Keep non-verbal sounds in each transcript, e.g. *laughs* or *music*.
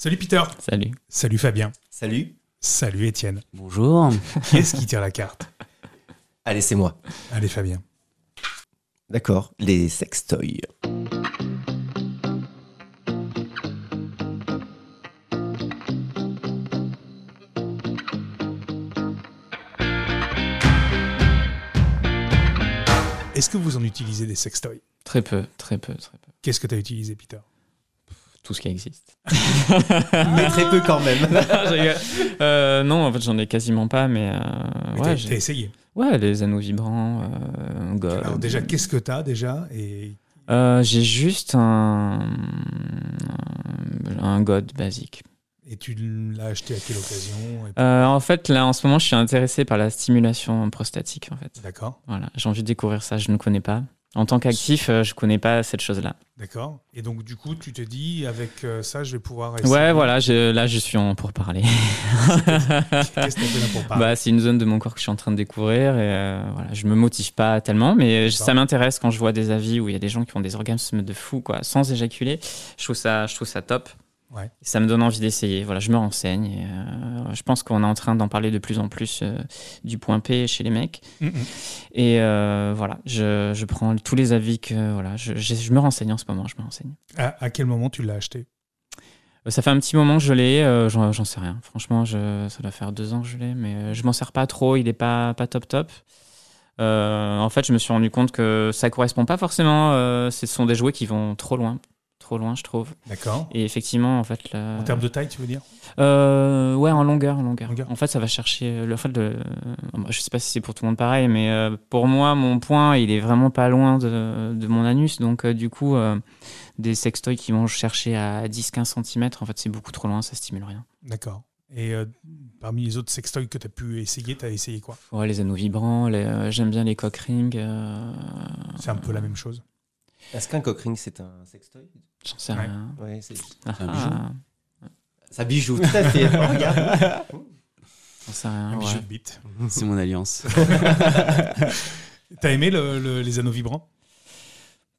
Salut Peter. Salut. Salut Fabien. Salut. Salut Étienne. *laughs* Bonjour. Qui est-ce qui tire la carte Allez, c'est moi. Allez Fabien. D'accord, les sextoys. Est-ce que vous en utilisez des sextoys Très peu, très peu, très peu. Qu'est-ce que tu as utilisé Peter Tout ce *laughs* qui existe. *laughs* Mais très peu quand même. Je rigole. Euh, non, en fait, j'en ai quasiment pas, mais. euh, Mais ouais, T'as j'ai- t'as essayé. ouais, les anneaux vibrants, euh, un gobe. Alors déjà, qu'est-ce que t'as déjà et... Euh, J'ai juste un. Un god basique. et tu l'as acheté à quelle occasion et- Euh, en fait, là, en ce moment, je suis intéressé par la stimulation prostatique, en fait. D'accord, Voilà, j'ai envie de découvrir ça, je ne connais pas. En tant qu'actif, euh, je connais pas cette chose-là. d'accord. Et donc du coup, tu te dis, avec euh, ça, je vais pouvoir essayer. Ouais, voilà, je- là, je suis en pour parler. Qu'est-ce que t'as là *laughs* pour parler Bah, c'est une zone de mon corps que je suis en train de découvrir et euh, voilà, je me motive pas tellement, mais D'accord. ça m'intéresse quand je vois des avis où il y a des gens qui ont des orgasmes de fou, quoi, sans éjaculer. Je trouve ça, je trouve ça top. Ouais. Et Ça me donne envie d'essayer. Voilà, je me renseigne. et, euh, je pense qu'on est en train d'en parler de plus en plus euh, du point P chez les mecs. Mm, mm. Et euh, voilà, je, je prends tous les avis que voilà, je, je- je me renseigne en ce moment. Je me renseigne. À, à quel moment tu l'as acheté Euh, Ça fait un petit moment que je l'ai, euh, j'en j'en sais rien. Franchement, je, ça doit faire deux ans que je l'ai, mais euh, je m'en sers pas trop, il est pas, pas top top. Euh, en fait, je me suis rendu compte que ça correspond pas forcément. euh, ce sont des jouets qui vont trop loin, trop loin, je trouve. D'accord. Et effectivement, en fait, là, En termes de taille, tu veux dire euh, ouais, en longueur, en longueur. Longueur. En fait, ça va chercher. euh, Le, en fait, le- je sais pas si c'est pour tout le monde pareil, mais euh, pour moi, mon point, il est vraiment pas loin de, de mon anus. Donc, euh, du coup, euh, des sextoys qui vont chercher à 10-15 cm, en fait, c'est beaucoup trop loin, ça stimule rien. D'accord. Et euh, parmi les autres sextoys que tu as pu essayer, tu as essayé quoi Ouais, les anneaux vibrants, les- euh, j'aime bien les cock rings. euh, C'est un peu la même chose. *laughs* Est-ce qu'un cockring c'est un sextoy J'en sais Ouais. rien. Ouais, c'est Ah, Un ah, bijou. ça bijoue. Tout à *laughs* fait. Oh, regarde. j'en sais rien, Un Ah ouais. bijou de bite. C'est mon alliance. *laughs* T'as aimé le- le- les anneaux vibrants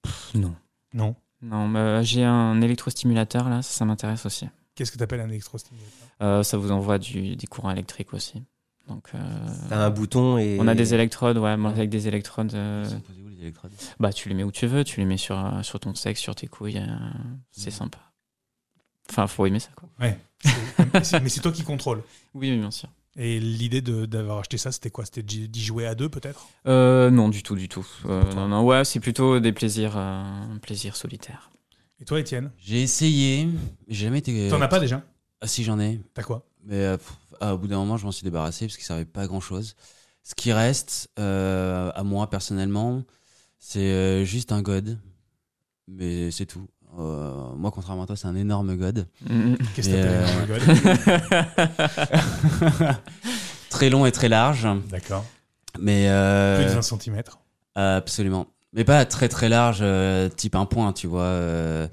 Pff, Non. Non. Non, mais, euh, j'ai un électrostimulateur là, ça, ça m'intéresse aussi. Qu'est-ce que t'appelles un électrostimulateur Euh, ça vous envoie du, des courants électriques aussi. Donc, euh, T'as un bouton et. on a des électrodes, ouais, bon, avec des électrodes, euh, Ils sont posés où, les électrodes bah, tu les mets où tu veux, tu les mets sur, euh, sur ton sexe, sur tes couilles, euh, c'est Mm. sympa. Enfin, faut aimer ça, quoi. C'est- c'est- Mais c'est toi qui contrôles. Oui, oui, bien sûr. Et l'idée de- d'avoir acheté ça, c'était quoi C'était d'y d'y jouer à deux peut-être Euh, non, du tout, du tout. Euh, non, non, ouais, c'est plutôt des plaisirs, euh, *laughs* plaisirs solitaires. Et toi, Étienne J'ai essayé, j'ai jamais été. T'en as pas déjà Ah, si, j'en ai. T'as quoi Mais euh, pff, ah, au bout d'un moment, je m'en suis débarrassé parce qu'il servait pas à grand chose. Ce qui reste, euh, à moi personnellement, c'est euh, juste un god. Mais c'est tout. Euh, moi, contrairement à toi, c'est un énorme *laughs* god. Mm. Qu'est-ce que Mais, t'appelles euh, un rigole très long et très large. D'accord. Mais. euh, Plus de 20 cm. Absolument. Mais pas très très large, euh, type un point, tu vois. euh,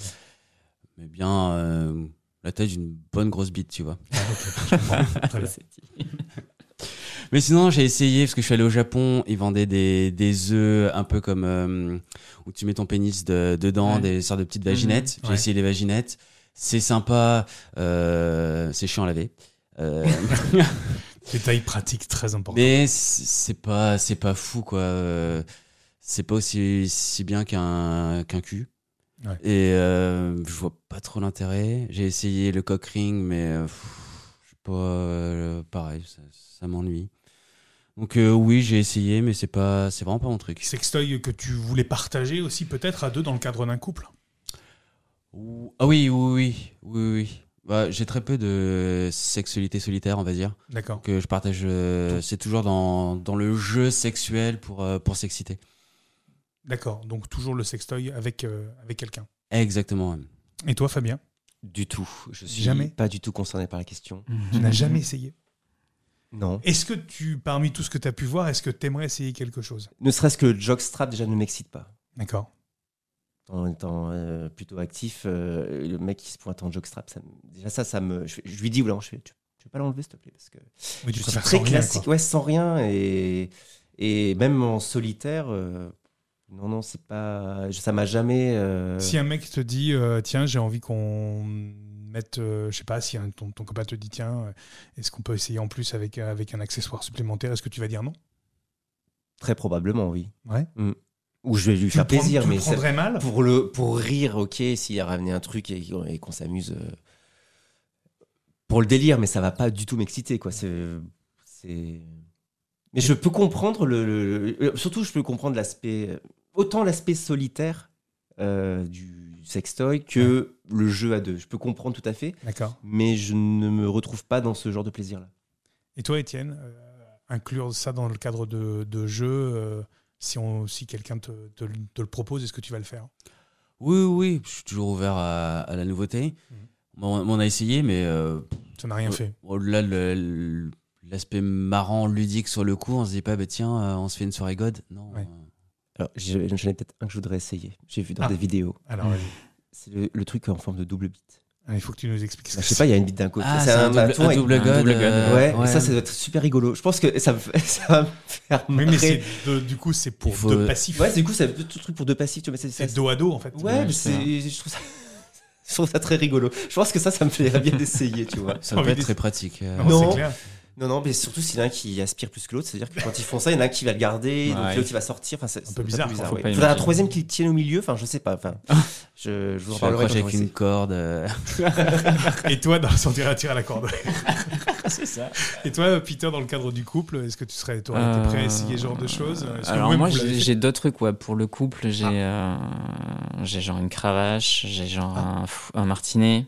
mais bien euh, la taille d'une bonne grosse bite, tu vois. Ah, Très bien. C'est dit. Mais sinon, j'ai essayé, parce que je suis allé au Japon, ils vendaient des, des œufs un peu comme euh, où tu mets ton pénis de- dedans, Ouais. des sortes de petites vaginettes. J'ai Ouais. essayé les vaginettes. C'est sympa, euh, c'est chiant à laver. Euh, Détail pratique très important. mais c- c'est pas, c'est pas fou, quoi. Euh, C'est pas aussi si bien qu'un qu'un cul. Ouais. Et euh, je vois pas trop l'intérêt. J'ai essayé le cock ring, mais euh, pff, je sais pas euh, pareil, ça, ça m'ennuie. Donc euh, oui, j'ai essayé, mais c'est pas, c'est vraiment pas mon truc. Sextoy que tu voulais partager aussi peut-être à deux dans le cadre d'un couple Ou- Ah oui, oui, oui, oui, oui. Bah, j'ai très peu de sexualité solitaire, on va dire. D'accord. Que je partage, euh, c'est toujours dans, dans le jeu sexuel pour, euh, pour s'exciter. D'accord. Donc toujours le sextoy avec, euh, avec quelqu'un. Exactement. ouais. Et toi, Fabien Du tout. Je suis Jamais. pas du tout concerné par la question. Tu Mm-hmm. n'as jamais essayé. Non. Est-ce que tu, parmi tout ce que tu as pu voir, est-ce que tu aimerais essayer quelque chose Ne serait-ce que le jockstrap déjà ne m'excite pas. D'accord. En étant euh, plutôt actif, euh, le mec qui se pointe en jockstrap, ça me- déjà ça, ça me. Je, je lui dis, oula, je fais, tu, tu veux pas l'enlever s'il te plaît parce que Oui, tu Je suis préfères très sans rien, classique, quoi. ouais, sans rien. Et, et même en solitaire, euh, non, non, c'est pas. je- Ça m'a jamais. euh, hein. Si un mec te dit, euh, tiens, j'ai envie qu'on mettre, euh, je sais pas, si un- ton, ton copain te dit tiens, euh, est-ce qu'on peut essayer en plus avec, euh, avec un accessoire supplémentaire Est-ce que tu vas dire non Très probablement, oui. Ouais. Mm. Ou je vais lui Tu le faire prends- plaisir, tu le mais ça- prendrais mal pour, le, pour rire, ok, s'il a ramené un truc et, et qu'on s'amuse. euh, pour le délire, mais ça va pas du tout m'exciter, quoi. C'est. c'est- Mais je peux comprendre le. le- le- surtout, je peux comprendre l'aspect. euh, Autant l'aspect solitaire euh, du sextoy que le jeu à deux. Je peux comprendre tout à fait, D'accord. mais je ne me retrouve pas dans ce genre de plaisir-là. Et toi, Étienne, euh, inclure ça dans le cadre de, de jeu, euh, si, on- si quelqu'un te, te le- te le propose, est-ce que tu vas le faire Oui, oui, je suis toujours ouvert à, à la nouveauté. Mhm. Bon, on on a essayé, mais euh, Ça n'a rien fait. au-delà de l'aspect marrant, ludique sur le coup, on se dit pas, bah, tiens, euh, on se fait une soirée God. Non. Ouais. euh, Alors, je- j'en ai peut-être un que je voudrais essayer. J'ai vu dans Ah. des vidéos. Alors, vas-y. C'est le, le truc en forme de double *laughs* bite. Ah, il faut que tu nous expliques ce Bah, que je sais pas, il y a une bite d'un côté. Ah, c'est un, double, bâton un avec- double un God. double God, euh, Ouais, et ouais. ça, ça doit être super rigolo. Je pense que ça, me fait- ça va *laughs* me faire Oui, marrer. mais c'est deux- du coup, c'est pour Il faut- deux passifs. Ouais, c'est- du coup, c'est un petit truc pour deux passifs. Tu vois, mais c'est- c'est c'est- dos à dos, en fait. Ouais, mais c'est- je trouve ça... *laughs* je trouve ça très rigolo. Je pense que ça, ça me plairait bien d'essayer, tu vois. Ça peut Envie être d'essayer. très pratique. euh, Non, Non. Ah bah, c'est clair. Non, non, mais surtout s'il y en a un qui aspire plus que l'autre, c'est-à-dire que quand ils font ça, il y en a un qui va le garder, donc Ouais. l'autre qui va sortir. Enfin, c'est c'est peu bizarre, Il quoi. Faut pas faudrait un imaginer. troisième qui le tienne au milieu. Enfin, je sais *laughs* pas. Enfin, je, je vous en Je parlerai l'accroche quand avec j'aurai une corde. euh. Et toi, dans son tir à tir à la corde. C'est ça. Et toi, Peter, dans le cadre du couple, est-ce que tu serais, t'aurais été prêt à essayer ce genre de choses Est-ce que Euh, Alors vous-même, moi, vous l'avez j'ai fait Ah. j'ai deux trucs. Ouais, pour le couple, j'ai euh, j'ai genre une cravache, j'ai genre un, fou- un martinet.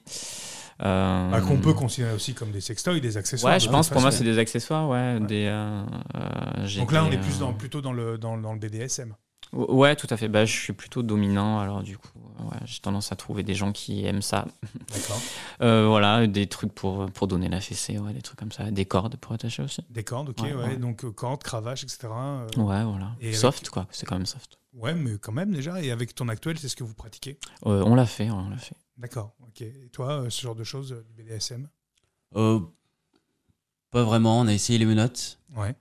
Euh, Bah, Ah. Qu'on peut considérer aussi comme des sextoys, des accessoires. Ouais, de je toute pense. Pour moi, façon. c'est des accessoires. Ouais, des. euh, euh, j'ai Donc là, on des, est plus euh, dans, plutôt dans le, dans, dans le BDSM. Ouais, tout à fait. Bah, je suis plutôt dominant, alors du coup, euh, ouais, j'ai tendance à trouver des gens qui aiment ça. D'accord. Euh, voilà, des trucs pour, euh, pour donner la fessée, ouais, des trucs comme ça, des cordes pour attacher aussi. Des cordes, ok, ouais. Ouais, ouais. Donc euh, cordes, cravache, etc. Euh, ouais. Ouais, voilà. Et avec- soft, quoi, c'est quand même soft. mais quand même déjà. Et avec ton actuel, c'est ce que vous pratiquez Euh, on l'a fait, ouais, on l'a fait. D'accord, ok. Et toi, euh, ce genre de choses, euh, du BDSM Euh, pas vraiment, on a essayé les menottes. Ouais.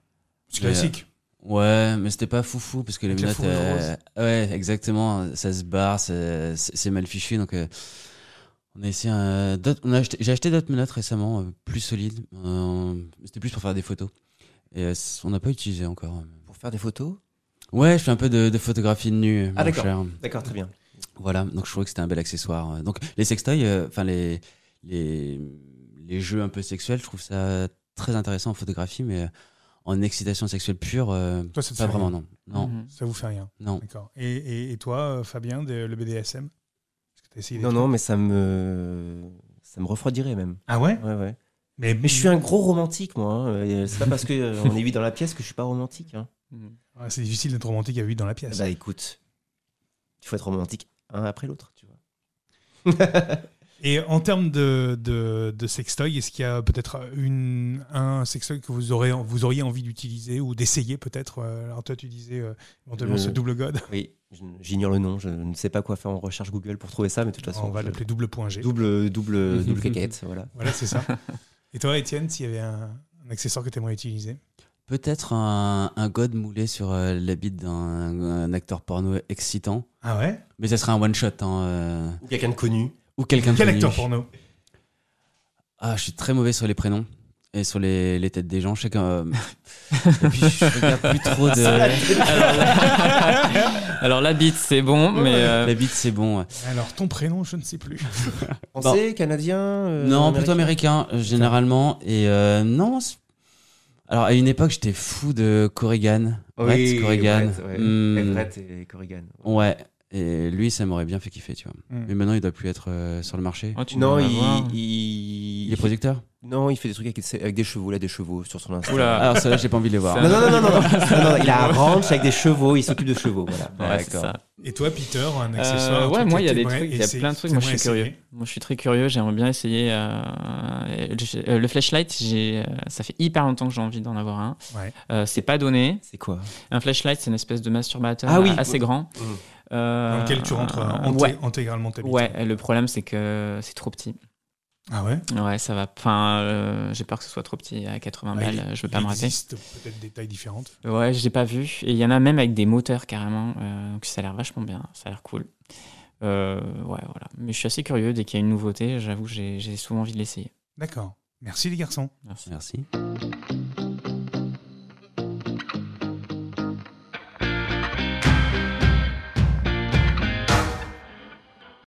C'est Mais, classique. Ouais, mais c'était pas foufou parce que les Avec la menottes. fourrure euh, ouais, exactement, ça se barre, ça- c'est c'est mal fichu. Donc, euh, on a essayé. un- d'autres- on a acheté- J'ai acheté d'autres menottes récemment, euh, plus solides. Euh, c'était plus pour faire des photos. Et euh, c- on n'a pas utilisé encore. Pour faire des photos Ouais, je fais un peu de, de photographie de nu. Ah, mon d'accord. cher. D'accord, très bien. Voilà, donc je trouvais que c'était un bel accessoire. euh. Donc les sextoys, euh, enfin les, les, les jeux un peu sexuels, je trouve ça très intéressant en photographie, mais euh, en excitation sexuelle pure, euh, Toi, ça te fait pas rien. vraiment, non. Non, Mhm. Ça vous fait rien. non. D'accord. Et, et- et toi, euh, Fabien, de- le BDSM Est-ce que t'as essayé des Non, trucs non, mais ça me, ça me refroidirait même. Ah ouais Ouais, ouais. mais, Mais je suis un gros romantique, moi. hein. Euh, C'est pas parce qu'on est huit dans la pièce que je suis pas romantique. hein. Mhm. Ouais, c'est difficile d'être romantique à 8 dans la pièce. Bah écoute, il faut être romantique un après l'autre, tu vois. Et en termes de, de, de sextoy, est-ce qu'il y a peut-être une, un sextoy que vous, aurez, vous auriez envie d'utiliser ou d'essayer peut-être Euh, Alors toi, tu disais euh, éventuellement Euh, ce double god. Oui, je- j'ignore le nom, je ne sais pas quoi faire en recherche Google pour trouver ça, mais de toute façon. On va je- l'appeler double point G. Double, *laughs* double, double caquette, voilà. Voilà, c'est *laughs* ça. Et toi, Étienne, s'il y avait un, un accessoire que tu aimerais utiliser Peut-être un, un god moulé sur euh, la bite d'un un acteur porno excitant, Ah ouais mais ça serait un one shot. hein, euh, Ou quelqu'un de connu. ou quelqu'un de Quel connu. acteur porno Ah, je suis très mauvais sur les prénoms et sur les, les têtes des gens. *laughs* Chacun. euh, et puis je regarde plus trop de. *laughs* Alors la bite, c'est bon, mais euh, La bite, c'est bon. ouais. Alors, ton prénom, je ne sais plus. Français, canadien euh, Non, plutôt américain, euh, généralement. Et euh, non. c'est- Alors, à une époque, j'étais fou de Corrigan. Oui, Brett Corrigan. Brett, ouais. Hmm, Everett et Corrigan. ouais. Et lui, ça m'aurait bien fait kiffer, tu vois. Hmm. Mais maintenant, il doit plus être euh, sur le marché. oh, tu Non, dois il, l'avoir. il- Il est producteur non, il fait des trucs avec, avec des chevaux, il a des chevaux sur son Instagram. Oula. Alors, ça, là, j'ai pas envie de le voir. C'est Non, non, non, *laughs* non, non, non, non, non, il a un ranch avec des chevaux, il s'occupe de chevaux, voilà. Ouais, c'est ça. Et toi, Peter, un Euh, accessoire un ouais, truc moi que il y a des t'aimerais trucs, il y a essayer- plein de trucs. Moi je suis t'aimerais curieux. essayer Moi je suis très curieux. J'aimerais bien essayer euh, le, euh, le flashlight. J'ai, euh, ça fait hyper longtemps que j'ai envie d'en avoir un. Ouais. Euh, c'est pas donné. C'est quoi Un flashlight, c'est une espèce de masturbateur Ah oui. assez grand. Mm. Euh, Dans lequel tu rentres euh, euh, enti- ouais. intégralement ta bite. Ouais, le problème c'est que c'est trop petit. Ah ouais Ouais, ça va. Enfin, euh, j'ai peur que ce soit trop petit à 80 Bah, balles. il- je veux pas me Il rater. existe peut-être des tailles différentes. Ouais, je l'ai pas vu. Et il y en a même avec des moteurs carrément. euh, donc ça a l'air vachement bien. Ça a l'air cool. Euh, ouais, voilà. Mais je suis assez curieux. Dès qu'il y a une nouveauté, j'avoue, j'ai j'ai souvent envie de l'essayer. D'accord. Merci les garçons. Merci. Merci.